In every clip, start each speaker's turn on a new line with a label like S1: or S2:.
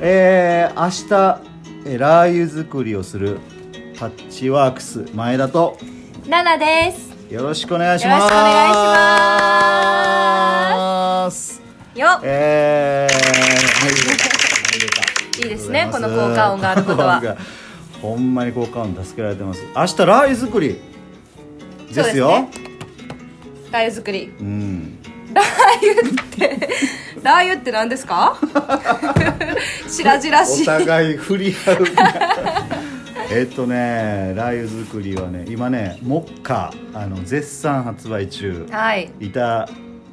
S1: えー、明日えーラー油作りをするパッチワークス前田と
S2: ナナです
S1: よろしくお願いします
S2: よろしくお願いし
S1: す
S2: よっ
S1: えー、入れた入れた
S2: いいですね
S1: ありがとう
S2: この
S1: ご
S2: 効
S1: ざい
S2: 果
S1: ます
S2: 音があることは
S1: 効 果音がほんまに効果音助けられてます明日ラー油作り ですよ
S2: そうですラー油作り
S1: うん
S2: ラー油ってラー油って何で すか白々し
S1: お
S2: い
S1: 互い振り合うえっとねラー油作りはね今ねモッカあの絶賛発売中
S2: はい
S1: 板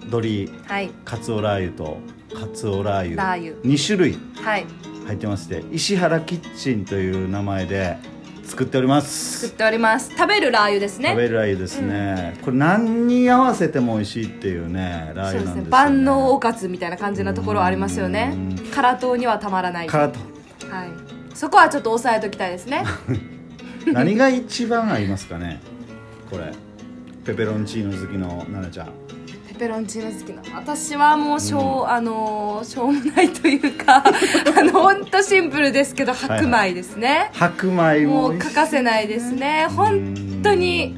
S1: 鶏
S2: はい
S1: カツオラー油とカツオラー油
S2: ラー油
S1: 2種類
S2: はい
S1: 入ってまして石原キッチンという名前で作っております
S2: 作っております食べるラー油ですね
S1: 食べるラー油ですね、これ何に合わせても美味しいっていうねラー油なん
S2: そ
S1: です
S2: うで
S1: よ
S2: す
S1: ね
S2: ね万能おかずみたいな感じなところありますよね
S1: うん
S2: 辛党にはたまらない、
S1: か
S2: は
S1: らと
S2: い、そこはちょっと抑えときたいですね
S1: 何が一番合いますかねこれペペロンチーノ好きの奈々ちゃん
S2: ペペロンチーノ好きな私はもうしょう、あのーしょうもないという かあのほんとシンプルですけど
S1: いはい
S2: 白米ですね、
S1: 白米も
S2: も
S1: 美味
S2: う
S1: し
S2: 欠
S1: い
S2: かせないですね本当に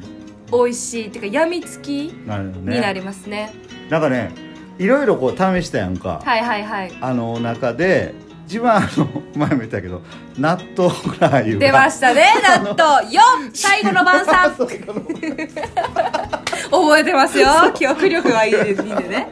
S2: 美味しいっていうか病みつき
S1: なるほど
S2: にな
S1: ね
S2: りますね
S1: なんかねいろいろこう試したやんか、
S2: はいはいはい
S1: あの中で自分はあの前も言ったけど納豆ラー油
S2: 出ま
S1: し
S2: し たね納豆4最後の晩餐覚えてますよ記憶力はいいでいいでね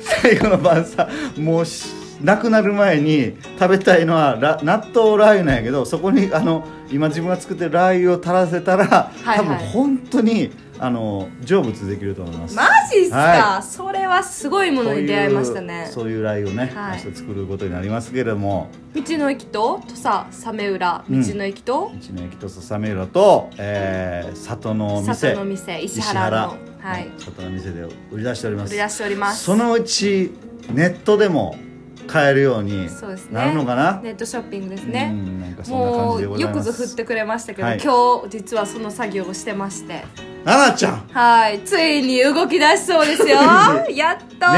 S1: 最後の晩さもうしなくなる前に食べたいのはラ納豆ラー油なんやけどそこにあの今自分が作ってるラー油を垂らせたら、
S2: はい
S1: 多分本当にあの成仏できると思います。
S2: マジっすか、
S1: は
S2: それはすごいものに出会いましたね
S1: そういうそういうラー油をね、
S2: はい
S1: 明日作ることになりますけれども
S2: 道の駅と土佐サメ浦道の駅と、
S1: 道の駅とささめろと、えー、里の店
S2: 里の店石原のはい
S1: 里の店で売り出しておりま
S2: 売
S1: す
S2: り出しております
S1: そのうちネットでも買えるように
S2: そうですね
S1: なるのかな
S2: ネットショッピングです
S1: う
S2: ね、
S1: んなんかそんな感
S2: も
S1: じでご
S2: う
S1: ざ
S2: よ
S1: い
S2: く
S1: ま
S2: ぞ振っ
S1: す
S2: てくれましたけど、
S1: はい
S2: 今日実はその作業をしてまして
S1: 奈々ちゃん
S2: はいついに動き出しそうです よやっと
S1: ね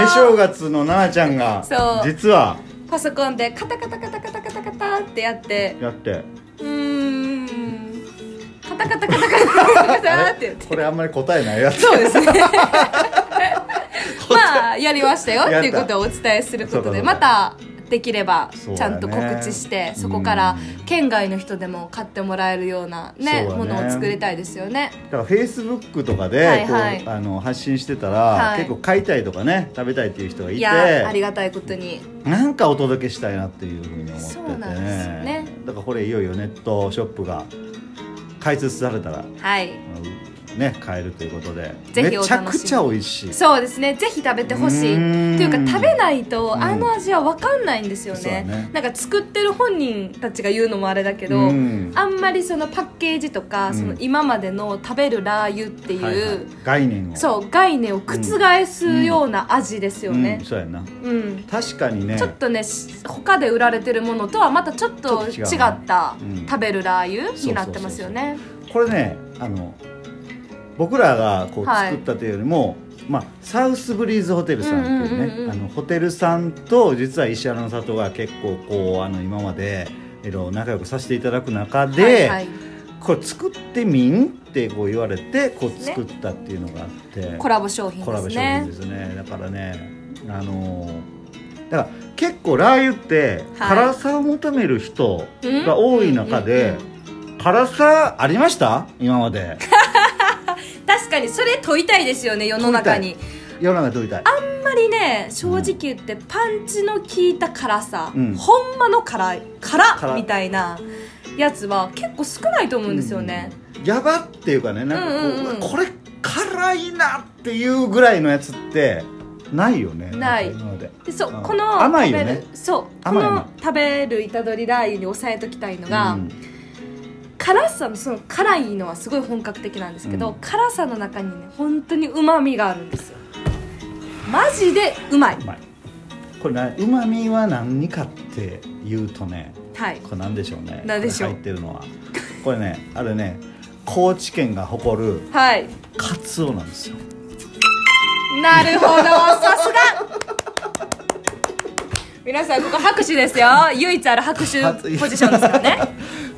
S1: 正月の奈々ちゃんが
S2: そう
S1: 実は
S2: パソコンでカタカタカタカタカタカタってやって
S1: やって
S2: うーんカタカタカタカタカタカタってやって
S1: これあんまり答えないやつ
S2: そ うですね まあやりましたよっていうことをお伝えすること
S1: や
S2: で
S1: った
S2: またできれば
S1: そう
S2: ち
S1: だ
S2: ゃ
S1: ね
S2: んと告知してそ,、こか
S1: う
S2: ら
S1: ん
S2: 県外の人でも買ってもらえるような、ね
S1: そう
S2: も
S1: だね
S2: のを作りたいですよね
S1: だからフェイスブックとか
S2: は
S1: で
S2: い
S1: こう、
S2: はい
S1: あの発信してたら、
S2: はい
S1: 結構買いたいとかね食べたいっていう人がいて
S2: いやありがたいことに
S1: なんかお届けしたいなっていうふうに思ってて
S2: そうなんですよね
S1: だからこれいよいよネットショップが開設されたら
S2: はい
S1: うんね買えるということで
S2: ぜひ
S1: めち
S2: お楽しみ
S1: ゃ
S2: に
S1: くちゃ美味しい
S2: そうですねぜひ食べてほし
S1: うーん
S2: いっていうか食べないと
S1: うん
S2: あの味は分かんないんですよ
S1: そうだ
S2: ね,、
S1: ね
S2: なんか作ってる本人たちが言うのもあれだけど、
S1: うん
S2: あんまりそのパッケージとか、
S1: うん
S2: その今までの食べるラー油っていう、
S1: はいはい概念を
S2: そう概念を覆すような味ですよね
S1: うん、そうやな
S2: うん、
S1: 確かにね
S2: ちょっとねし他で売られてるものとはまたちょっと
S1: ち
S2: 違
S1: ょ
S2: っ
S1: っと違う
S2: た
S1: うん
S2: 食べるラー油になってますよね
S1: これねあの僕らがこう
S2: はい
S1: 作ったというよりも、まあ、サウスブリーズホテルさんっていうね、
S2: うんうんうんうん
S1: あのホテルさんと実は石原の里が結構こうあの今までいろいろ仲良くさせていただく中で、
S2: はいはい
S1: これ作ってみんってこう言われてこう作ったっていうのがあって、
S2: コラボ商品
S1: コラボ
S2: です
S1: 商品
S2: ね
S1: ですねだからねあのーだから結構ラー油って
S2: はい
S1: 辛さを求める人が多い中
S2: うん
S1: で
S2: うんうん
S1: 辛さありました今ま で
S2: 確かにそれ問いたいですよね世の中に
S1: 世の中どういたい
S2: あんまりね正直言ってパンチの効いた辛さ、
S1: うん
S2: ほんまの辛い
S1: 辛
S2: 辛
S1: い
S2: みたいなやつは結構少ないと思うんですよね、
S1: うんやばっていうかねなんかこう,、
S2: うんうんうん
S1: これ辛いなっていうぐらいのやつってないよね
S2: ない
S1: んか今まで
S2: でそう
S1: うん
S2: この
S1: 甘いよね
S2: 食べるそうこ
S1: 甘い甘い
S2: の食べる虎杖ラー油に抑えときたいのが、
S1: うん
S2: 辛さのその辛いのはすごい本格的なんですけど、
S1: うん
S2: 辛さの中にね本当にうまみがあるんですよマジでうまいう
S1: まいこれなうまみは何かっていうとね
S2: はい
S1: これなんでしょうね
S2: なんでしょう
S1: これ入ってるのはこれねあれね高知県が誇る
S2: はい
S1: カツオなんですよ
S2: なるほどさすが皆さんここ拍手ですよ唯一ある拍 手ポジションですからね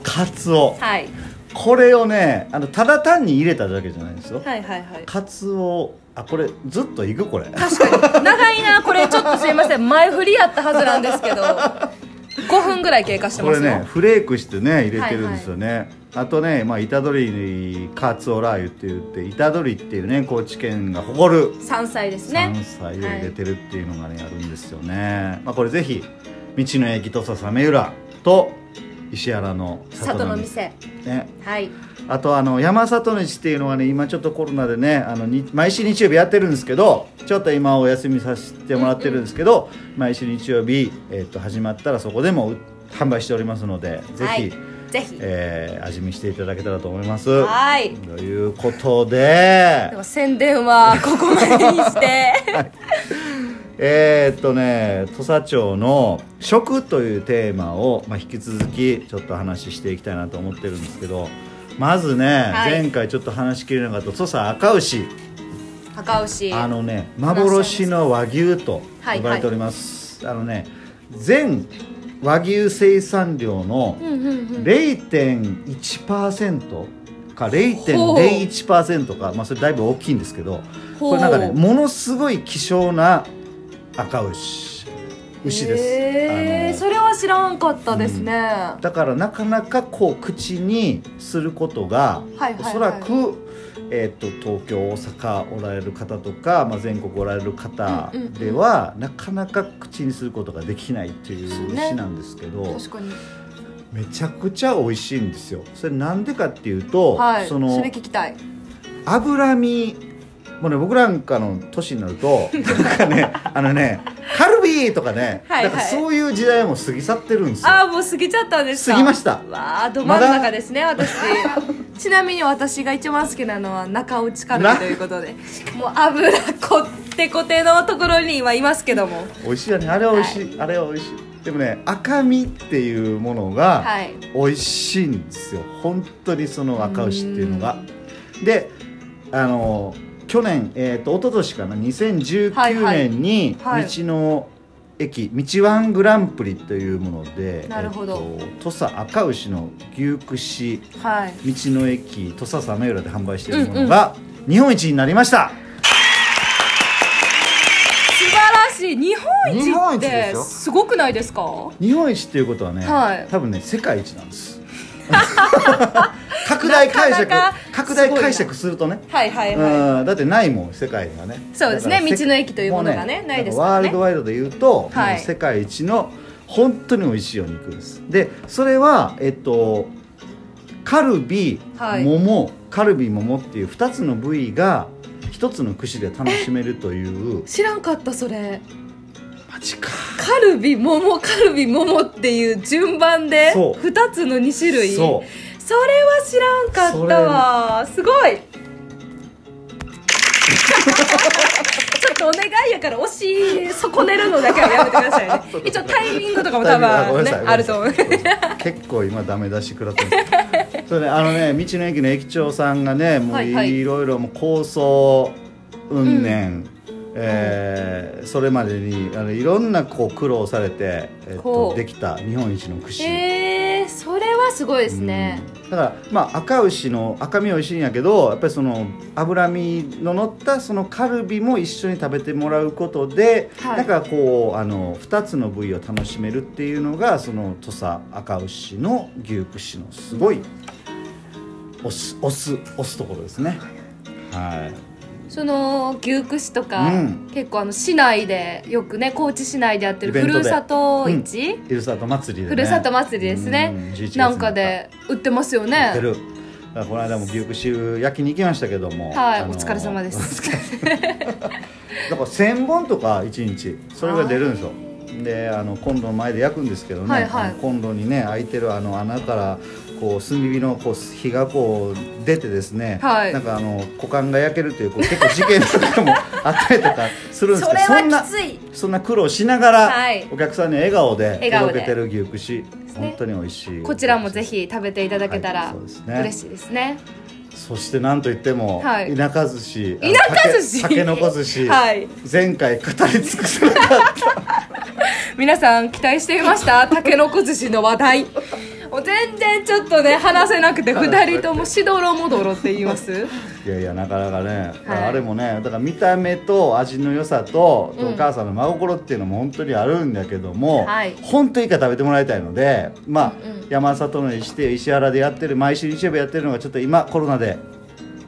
S1: カツオ
S2: はい
S1: これをねあのただ単に入れただけじゃないんですよ、
S2: はいはいはい
S1: カツオあこれずっといくこれ
S2: 確かに長いなこれちょっとすいません前振りやったはずなんですけど5分ぐらい経過して
S1: こ
S2: ま
S1: れ
S2: すよ、
S1: ねフレークしてね入れてるんですよね、あとね、まあ、虎取カツオラー油って言って虎取っていうね高知県が誇る
S2: 山菜ですね
S1: 山菜を入れてるっていうのがね、あるんですよね、まあ、これぜひ道の駅土佐鮫浦と石原の
S2: 里の
S1: 店
S2: 店
S1: ね
S2: はい
S1: あとあの山里の市っていうのはね今ちょっとコロナでねあのに毎週日曜日やってるんですけどちょっと今お休みさせてもらってるんですけど、毎週日曜日、えっと始まったらそこでもう販売しておりますのでぜひ、
S2: はいぜひ
S1: えー味見していただけたらと思います。
S2: はい
S1: ということで
S2: では宣伝はここまでにして
S1: えー、っとね土佐町の「食」というテーマを、まあ、引き続きちょっと話していきたいなと思ってるんですけどまずね、
S2: い
S1: 前回ちょっと話しきれなかった土佐赤牛
S2: 高牛
S1: あのね幻の和牛と
S2: はい
S1: 呼ばれております、あのね全和牛生産量の
S2: うんうんうん
S1: 0.1%か0.01%か、まあ、それだいぶ大きいんですけどこれなんかねものすごい希少な赤牛牛です、
S2: へ
S1: あ
S2: え
S1: の
S2: それは知らんかったですね、
S1: だからなかなかこう口にすることが、
S2: はいはいはい
S1: おそらく、えー、と東京大阪おられる方とか、まあ、全国おられる方
S2: うんうんうん
S1: では、なかなか口にすることができないっていう
S2: ね
S1: 牛なんですけど、
S2: 確かに
S1: めちゃくちゃ美味しいんですよ。それなんでかっていうと、
S2: はいそ
S1: その
S2: れ聞きたい
S1: 脂身もうね僕なんかの年になる となんかねあのねカルビーとかね、
S2: はいはい
S1: なんかそういう時代はもう過ぎ去ってるんですよ
S2: ああもう過ぎちゃったんですか
S1: 過ぎました
S2: わあど真ん中ですね、私ちなみに私が一番好きなのは中落ちカルビということでもう油こってこてのところに今いますけども
S1: 美味しいよねあれは美味しい、あれは美味しいでもね赤身っていうものが
S2: はい
S1: 美味しいんですよ本当にその赤牛っていうのがであの去年えっ、と一昨年かな
S2: はい
S1: 2019
S2: はい
S1: 年に道
S2: はい
S1: の駅、道ワングランプリというもので
S2: なるほど
S1: えっと土佐赤牛の牛串
S2: はい
S1: 道の駅土佐鮫浦で販売しているものが日本一になりました、
S2: 素晴らしい日
S1: 日
S2: 本一
S1: 本
S2: っ
S1: 一で
S2: て
S1: すよ
S2: すごくないですか
S1: 日本一っていうことはね、
S2: はい
S1: 多分ね世界一なんです 拡大解釈
S2: なかなか
S1: 拡大解釈するとね
S2: はいはいは
S1: うんだってないもん世界にはね
S2: そうですね
S1: だからせ
S2: 道の駅というものがね
S1: もう
S2: ないですからね
S1: ワールドワイドで言うと、
S2: はい
S1: もう世界一の本当に美味しいお肉ですでそれはえっとカルビ、
S2: はい
S1: 桃カルビ桃っていう2つの部位が1つの串で楽しめるという
S2: い知らんかったそれ
S1: マジか
S2: カルビ桃カルビ桃っていう順番で
S1: そう
S2: 2つの2種類
S1: そう
S2: それは知らんかったわすごいちょっとお願いやから押し損ねるのだけはやめてくださ いね一応タイミングとかも多
S1: あごめ
S2: 分
S1: んな
S2: ね
S1: さい
S2: あると思う
S1: ごめんなさい結構今ダメ出し食らってますそれねあのね道の駅の駅長さんがねもう
S2: はいはい
S1: いろいろもう構想運年、えーそれまでにあのいろんなこう苦労されて、えっと、
S2: ほう
S1: できた日本一の串、
S2: えー、それはすごいですね
S1: うんだから、まあ、赤牛の赤身は美味しいんやけどやっぱりその脂身の乗ったそのカルビも一緒に食べてもらうことで、
S2: はい
S1: なんかこうあの2つの部位を楽しめるっていうのがその土佐赤牛の牛串のすごい押す押す押すところですね。はい、
S2: その牛串とか、
S1: うん
S2: 結構あの市内でよくね高知市内でやってる
S1: イベン
S2: ふ
S1: トで
S2: るさと市、
S1: ふるさと祭りで、ね、
S2: ふるさと祭りですね
S1: うん11月
S2: なんかで売ってますよ
S1: やっ
S2: ね
S1: てる。だからこの間も牛串焼きに行きましたけども、
S2: はい
S1: あの
S2: お疲れ様です
S1: だから1000本とか1日それが出るんですよであのコンロの前で焼くんですけどね、
S2: はいはい
S1: あのコンロにね開いてるあの穴からこう炭火のこう火がこう出てですね、
S2: はい
S1: なんかあの股間が焼けるというこう結構事件とかもあったりとかするんです
S2: そ
S1: け
S2: れ
S1: どん
S2: は
S1: な
S2: きつい
S1: そんな苦労しながら、
S2: はい
S1: お客さんに笑顔で
S2: 笑顔で
S1: 届けてる牛串、
S2: すね
S1: 本当に美味しい
S2: こちらもぜひ食べていただけた
S1: はい
S2: ら
S1: そうですね
S2: 嬉しいですね。
S1: そしてなんといっても、
S2: はい
S1: 田舎寿司
S2: 田舎寿司
S1: たけのこ寿司、
S2: はい
S1: 前回語り尽くせなかった
S2: 皆さん期待してい ましたたけのこ寿司の話題もう全然ちょっとね話せなくて2人ともしどろもどろって言います
S1: いやいやなかなかね、
S2: はい
S1: あれもねだから見た目と味の良さと、
S2: うん
S1: お母さんの真心っていうのも本当にあるんだけども、
S2: はい
S1: 本当にいいから食べてもらいたいのでまあ、
S2: うんうん
S1: 山里の石て石原でやってる毎週日曜日やってるのがちょっと今コロナで。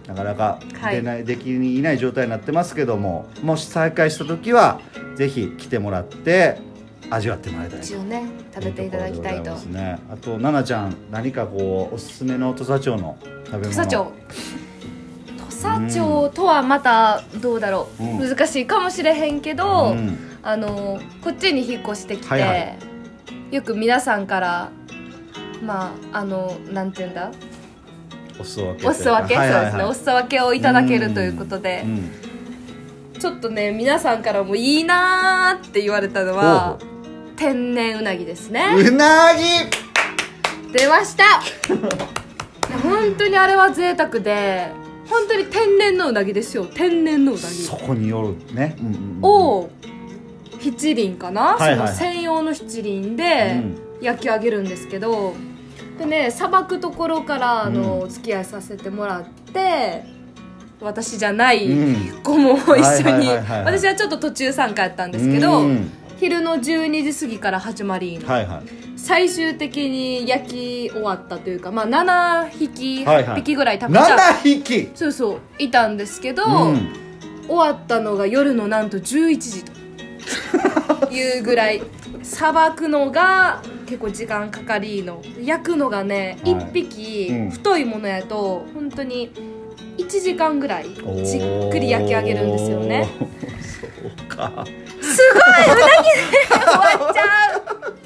S1: なかなか
S2: はい
S1: 出ない、できいない状態になってますけどももし再開した時はぜひ来てもらって味わってもらいたいな
S2: 一応ね食べていただきた
S1: い
S2: い
S1: いところでござ
S2: と
S1: ますね、あと奈々ちゃん何かこうおすすめの土佐町の食べ物
S2: 土佐町土佐町とはまたどうだろう、
S1: う
S2: 難しいかもしれへんけど、
S1: うん
S2: あのこっちに引っ越してきて、
S1: はいはい
S2: よく皆さんからまああのなんて言うんだ
S1: お裾分け
S2: お裾分け、
S1: はいはいはい
S2: そうですねお裾分けをいただけるということで
S1: う、ん
S2: ちょっとね皆さんからもいいなーって言われたのは
S1: ほ
S2: 天然うなぎですね、
S1: うなぎ
S2: 出ました本当にあれは贅沢で本当に天然のうなぎですよ天然のうなぎ
S1: そこによるね、うんうんうん
S2: を七輪かな、
S1: はいはい
S2: その専用の七輪で焼き上げるんですけど、でねさばくところからあの、
S1: うん
S2: お付き合いさせてもらって私じゃない
S1: うん
S2: 子も一緒
S1: は
S2: に
S1: いはいはいはい
S2: 私はちょっと途中参加やったんですけど、
S1: うん
S2: 昼の12時過ぎから始まり、
S1: はいはい
S2: 最終的に焼き終わったというか、まあ、7匹、
S1: はいはい
S2: 8匹ぐらい食べちゃ
S1: 7匹
S2: そうそういたんですけど、
S1: うん
S2: 終わったのが夜のなんと11時という ぐらいさばくのが結構時間かかりの焼くのがね、
S1: はい
S2: 一1匹、
S1: うん
S2: 太いものやと本当に1時間ぐらいじっくり焼き上げるんですよね
S1: おーそうか
S2: すごいうなぎで終わっちゃ